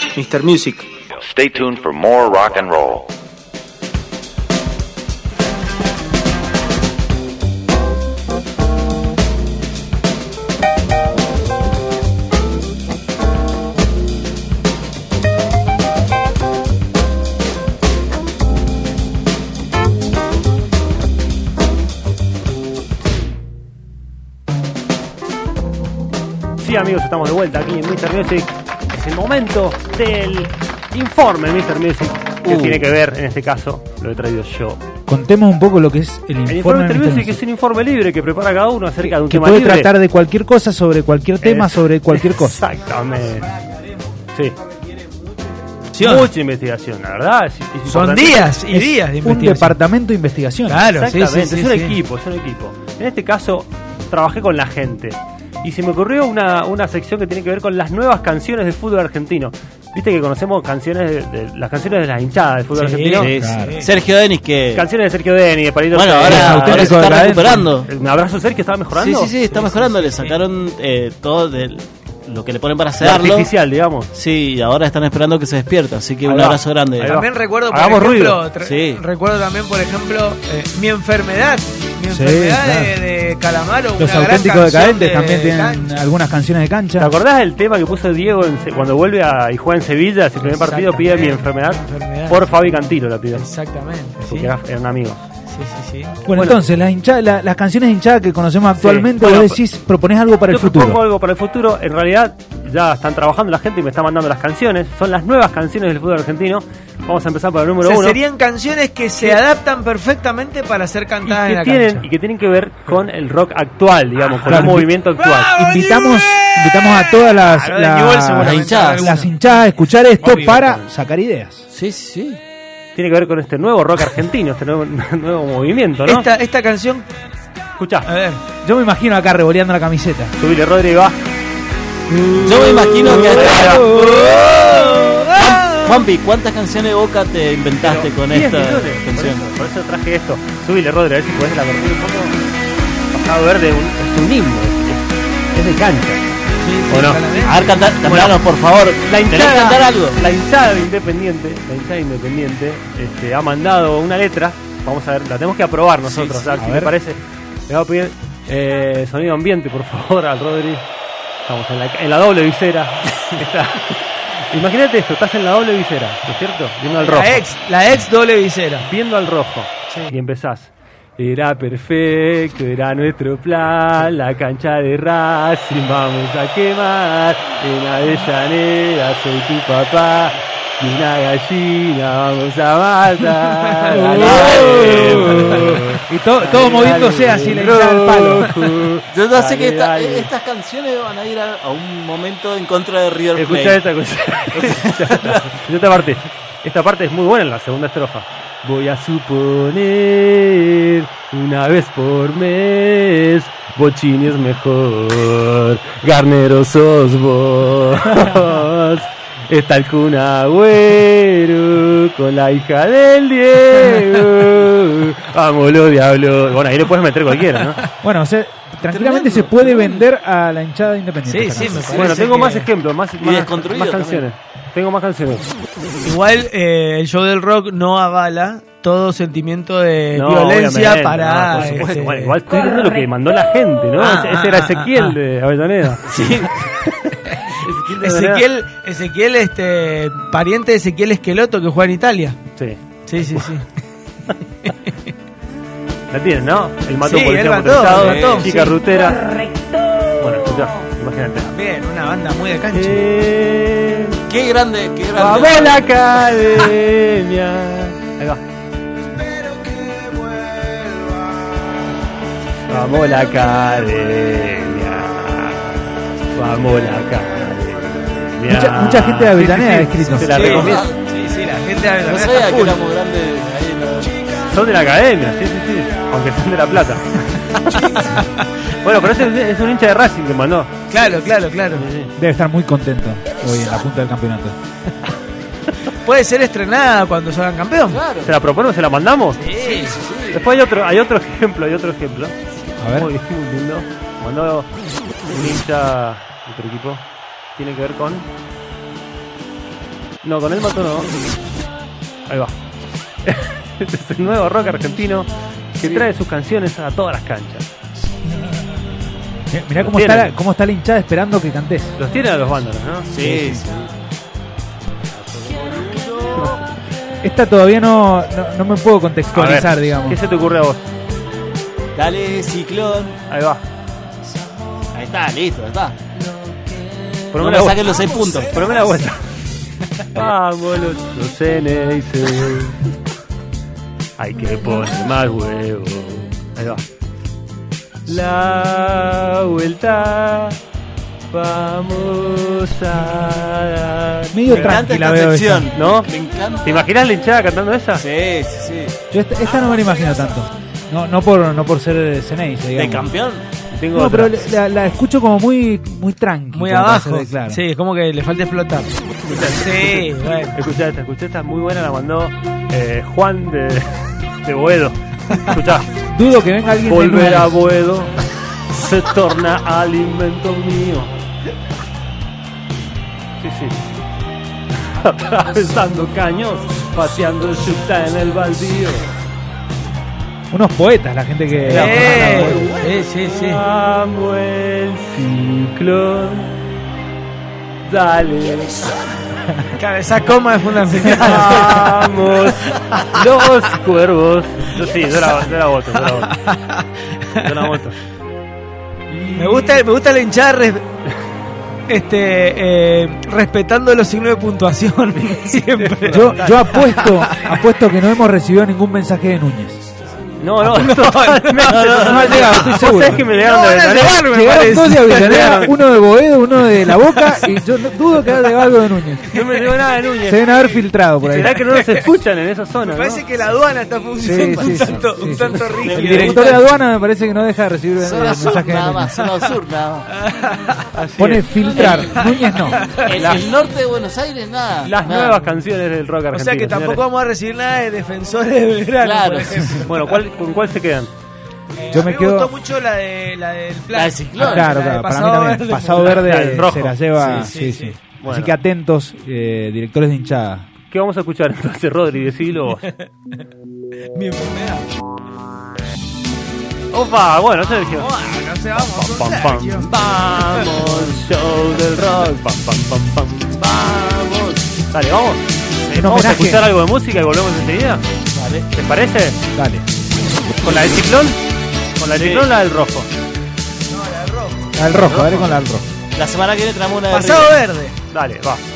Mr. Music. Stay tuned for more rock and roll. Sí, amigos, estamos de vuelta aquí en Mr. Music. Es el momento del informe Mr. Music, que Uh. tiene que ver, en este caso, lo he traído yo. Contemos un poco lo que es el informe, El informe de Mr. Mr. Music es un informe libre que prepara cada uno acerca de un que tema puede libre. tratar de cualquier cosa sobre cualquier tema, Es- sobre cualquier cosa. Exactamente. Sí. Investigación. Mucha investigación, la verdad. es- es Son importante. días y Es días de un investigación. departamento de investigación. Claro, sí, Exactamente, sí, sí, es un sí. equipo, es un equipo. En este caso, trabajé con la gente. Y se me ocurrió una, una sección que tiene que ver con las nuevas canciones de fútbol argentino. Viste que conocemos canciones de, de- las canciones de las hinchadas de fútbol argentino. sí, Claro. Sergio Denis que... Canciones de Sergio Deni, de Palito Bueno, Ortega. ahora, ahora auténtico se de la está F. recuperando. ¿Un abrazo Sergio estaba Sí, mejorando? sí, sí, está mejorando. Le sacaron eh, todo de lo que le ponen para Lo sedarlo. Artificial, digamos. Sí, y ahora están esperando que se despierta. Así que Ahí un va, abrazo ahí grande. va. También recuerdo, por Hagamos ejemplo, ruido. tra- Sí. recuerdo también, por ejemplo, eh, mi enfermedad. Mi Sí, enfermedad claro. de, de Calamaro. Los una gran auténticos canción decadentes de también tienen Cancha. algunas canciones de cancha. ¿Te acordás del tema que puso Diego en Se- cuando vuelve a, y juega en Sevilla? Su primer partido pide mi Exactamente, enfermedad. Mi enfermedad. Por Fabi Cantilo la pide. Exactamente. Sí, Porque era- eran amigos. sí, sí. sí. Bueno, Bueno. entonces, las, hincha- la- las canciones de hinchada que conocemos actualmente, Bueno, vos decís, proponés algo para Yo el futuro. propongo algo para el futuro. En realidad ya están trabajando la gente y me está mandando las canciones. Son las nuevas canciones del fútbol argentino. Vamos a empezar por el O número sea, uno. serían canciones que se adaptan perfectamente para ser y cantadas en que, la tienen, cancha. y que tienen que ver con el rock actual, digamos, con Claro. el movimiento actual. ¡Bravo! Invitamos, ¡Newell! invitamos a todas las, Claro, de las- Newell seguramente las hinchadas. habrá alguna. las hinchadas a escuchar esto Obvio, para claro. sacar ideas. Sí, sí. Tiene que ver con este nuevo rock argentino, este nuevo, nuevo movimiento, ¿no? Esta, esta canción, a Escuchá, ver, Yo me imagino acá revoleando la camiseta. subile Rodri y va. Yo me imagino que acá- Ah, Juanpi, ¿cuántas canciones de Boca te inventaste con 10 esta millones, por canción? eso, por eso traje esto. Subile Rodri, a ver si podés la cortina un poco. Pasado verde un, es un himno, es- es de cancha. sí, ¿O no? claramente. A ver, canta- cantanos, por favor. La ¿Tenés que cantar hinchada, algo? la hinchada de Independiente, la hinchada de Independiente este, ha mandado una letra. Vamos a ver, la tenemos que aprobar nosotros. sí, o sea, a si me ver. parece, le voy a pedir eh, sonido ambiente, por favor, al Rodri. Estamos en la, en la doble visera. Está- Imagínate esto, estás en la doble visera, ¿no es cierto? Viendo al rojo. La ex, la ex doble visera. Viendo al rojo. Sí. Y empezás. Era perfecto, era nuestro plan, la cancha de Racing vamos a quemar, en Avellaneda soy tu papá, y una gallina vamos a matar. Dale, dale. Y to- todo moviéndose Dale, así, la hinchada al palo. rojo. Yo ya sé Dale, que eh, esta- dale. estas canciones van a ir a, a un momento en contra de River Escucha Plate. esta, escucha. Yo te parte. Esta parte es muy buena en la segunda estrofa. Voy a suponer una vez por mes, Bochini es mejor, Garnero sos vos. Está el Kun Agüero con la hija del Diego. Amo lo diablo. Bueno, ahí le puedes meter cualquiera, ¿no? Bueno, o sea, tranquilamente se puede vender a la hinchada independiente. Sí, esta sí, canción. me Bueno, Parece tengo que- más ejemplos, más, más, desconstruido más también. canciones. Tengo más canciones. Igual eh, el show del rock no avala todo sentimiento de No, Eh, violencia obviamente, para. no, por supuesto. este, Bueno, igual estoy viendo lo que mandó la gente, ¿no? Ah, ese, ese era ah, ah, Ezequiel ah. de Avellaneda. Sí. Ezequiel de Avellaneda. Ezequiel, Ezequiel, este, pariente de Ezequiel Esqueloto que juega en Italia. Sí. Sí, sí, sí. La tienen, ¿no? El mató Sí, policía él mató, motorizado, mató, chica sí. rutera. Bueno, escuchá, imagínate. Bien, una banda muy de cancha. Eh, Qué grande, qué grande. vamos a la academia. Ahí va. Vamos a la academia. Vamos a la academia. Mucha- mucha gente de Avellaneda ha escrito. Te la Sí, recomiendo. sí, sí, la gente de No la sabía que éramos grandes ahí en la- Son de la academia, sí, sí, sí. Aunque son de La Plata. bueno, pero ese es un hincha de Racing que mandó. Claro, claro, claro. Debe estar muy contento hoy en la punta del campeonato. Puede ser estrenada cuando salgan campeón. Claro. ¿Se la proponemos? ¿Se la mandamos? Sí, Después hay otro, hay otro ejemplo, hay otro ejemplo. A ver. Muy, muy lindo. Mandó un hincha de otro equipo. Tiene que ver con No, con el mato no. Ahí va. Este es el nuevo rock argentino que trae sus canciones a todas las canchas. Eh, Mirá cómo Tienen. está, la, cómo está la hinchada esperando que cantes. Los tiene a los vándalos, ¿no? Sí, sí. Esta todavía no, no, no me puedo contextualizar, ¿Qué digamos. se te ocurre a vos? Dale, ciclón. Ahí va. Ahí está, listo, ya está. Por no una me vuelta. saquen los 6 puntos. Por una vuelta. Vamos los, los NIC. Hay que poner más huevo. Ahí va. La vuelta. Vamos a dar. Medio Me encanta tranquila esta veo esta. sección. ¿No? Me encanta. ¿Te imaginas la hinchada cantando esa? Sí, sí, sí. Yo esta, esta no me la imagino tanto. No, no por no por ser Ceneice, ¿De digamos. campeón? Tengo No, otra. pero la, la escucho como muy muy tranqui. Muy como para abajo. ser claro. Sí, es como que le falta explotar. Sí, bueno. Escuchá esta, escuchá esta, muy buena, la mandó eh, Juan de, de Boedo. Escuchá, Dudo que venga alguien de volver a Newell's. Boedo se torna alimento mío. Sí, sí. Atravesando caños, paseando chuta en el baldío. Unos poetas, la gente que. Eh, sí, sí, sí. Amo el ciclón. Dale. Claro, esa coma es fundamental. Vamos, los cuervos. Yo sí, yo la, yo la voto, yo la voto. Yo la voto. Me gusta, me gusta la hinchada res- este, eh, respetando los signos de puntuación siempre. Yo, yo apuesto, apuesto que no hemos recibido ningún mensaje de Núñez. No, no, no, totalmente, no, no, no ha llegado, estoy Vos seguro. sabés que me llegaron No, de no Avellaneda. llegaron, me Llegaron parece. dos de Avellaneda, Llegaron. uno de Boedo, uno de La Boca, y yo no- dudo que haya llegado algo de Núñez. No me llegó nada de Núñez. Se deben haber filtrado por ahí. ¿Será que no nos escuchan en esa zona? Me no? parece que la aduana está funcionando Sí, un sí, tanto, sí, un sí, tanto rígida. El director de aduana me parece que no deja de recibir eh, Zona mensajes sur, de nada más. Núñez. Zona sur, nada más. Pone filtrar, Núñez no. El, el norte de Buenos Aires, nada. Ah, Las Nada. nuevas canciones del rock O argentino. sea que tampoco señores. vamos a recibir nada de defensores de Belgrano. Claro, por sí, ejemplo. Eh, Bueno, ¿cuál, ¿con cuál se quedan? Yo A mí me me gustó quedo. Ah, mucho la, de, la del plan. La de Ciclón. Claro, La de claro, para mí Pasado también. Verde. Pasado La del verde rojo. se la lleva. Sí, sí, Sí, sí. sí. Bueno. Así que atentos, eh, directores de hinchada. ¿Qué vamos a escuchar entonces, Rodri? Decilo vos. Mi enfermedad. Opa, bueno, eso elegí. Oh, no sé, vamos. Pam, con pam. Sergio. Vamos, show del rock. Pam, pam, pam, pam. Vamos. Dale, vamos. Un vamos a homenaje. escuchar algo de música y volvemos enseguida. ¿Les parece? Dale. ¿Con la del ciclón? ¿Con la del ciclón o la del rojo? Al rojo, dale con la al rojo. La semana que viene traemos una de Pasado River. Verde. Dale, va.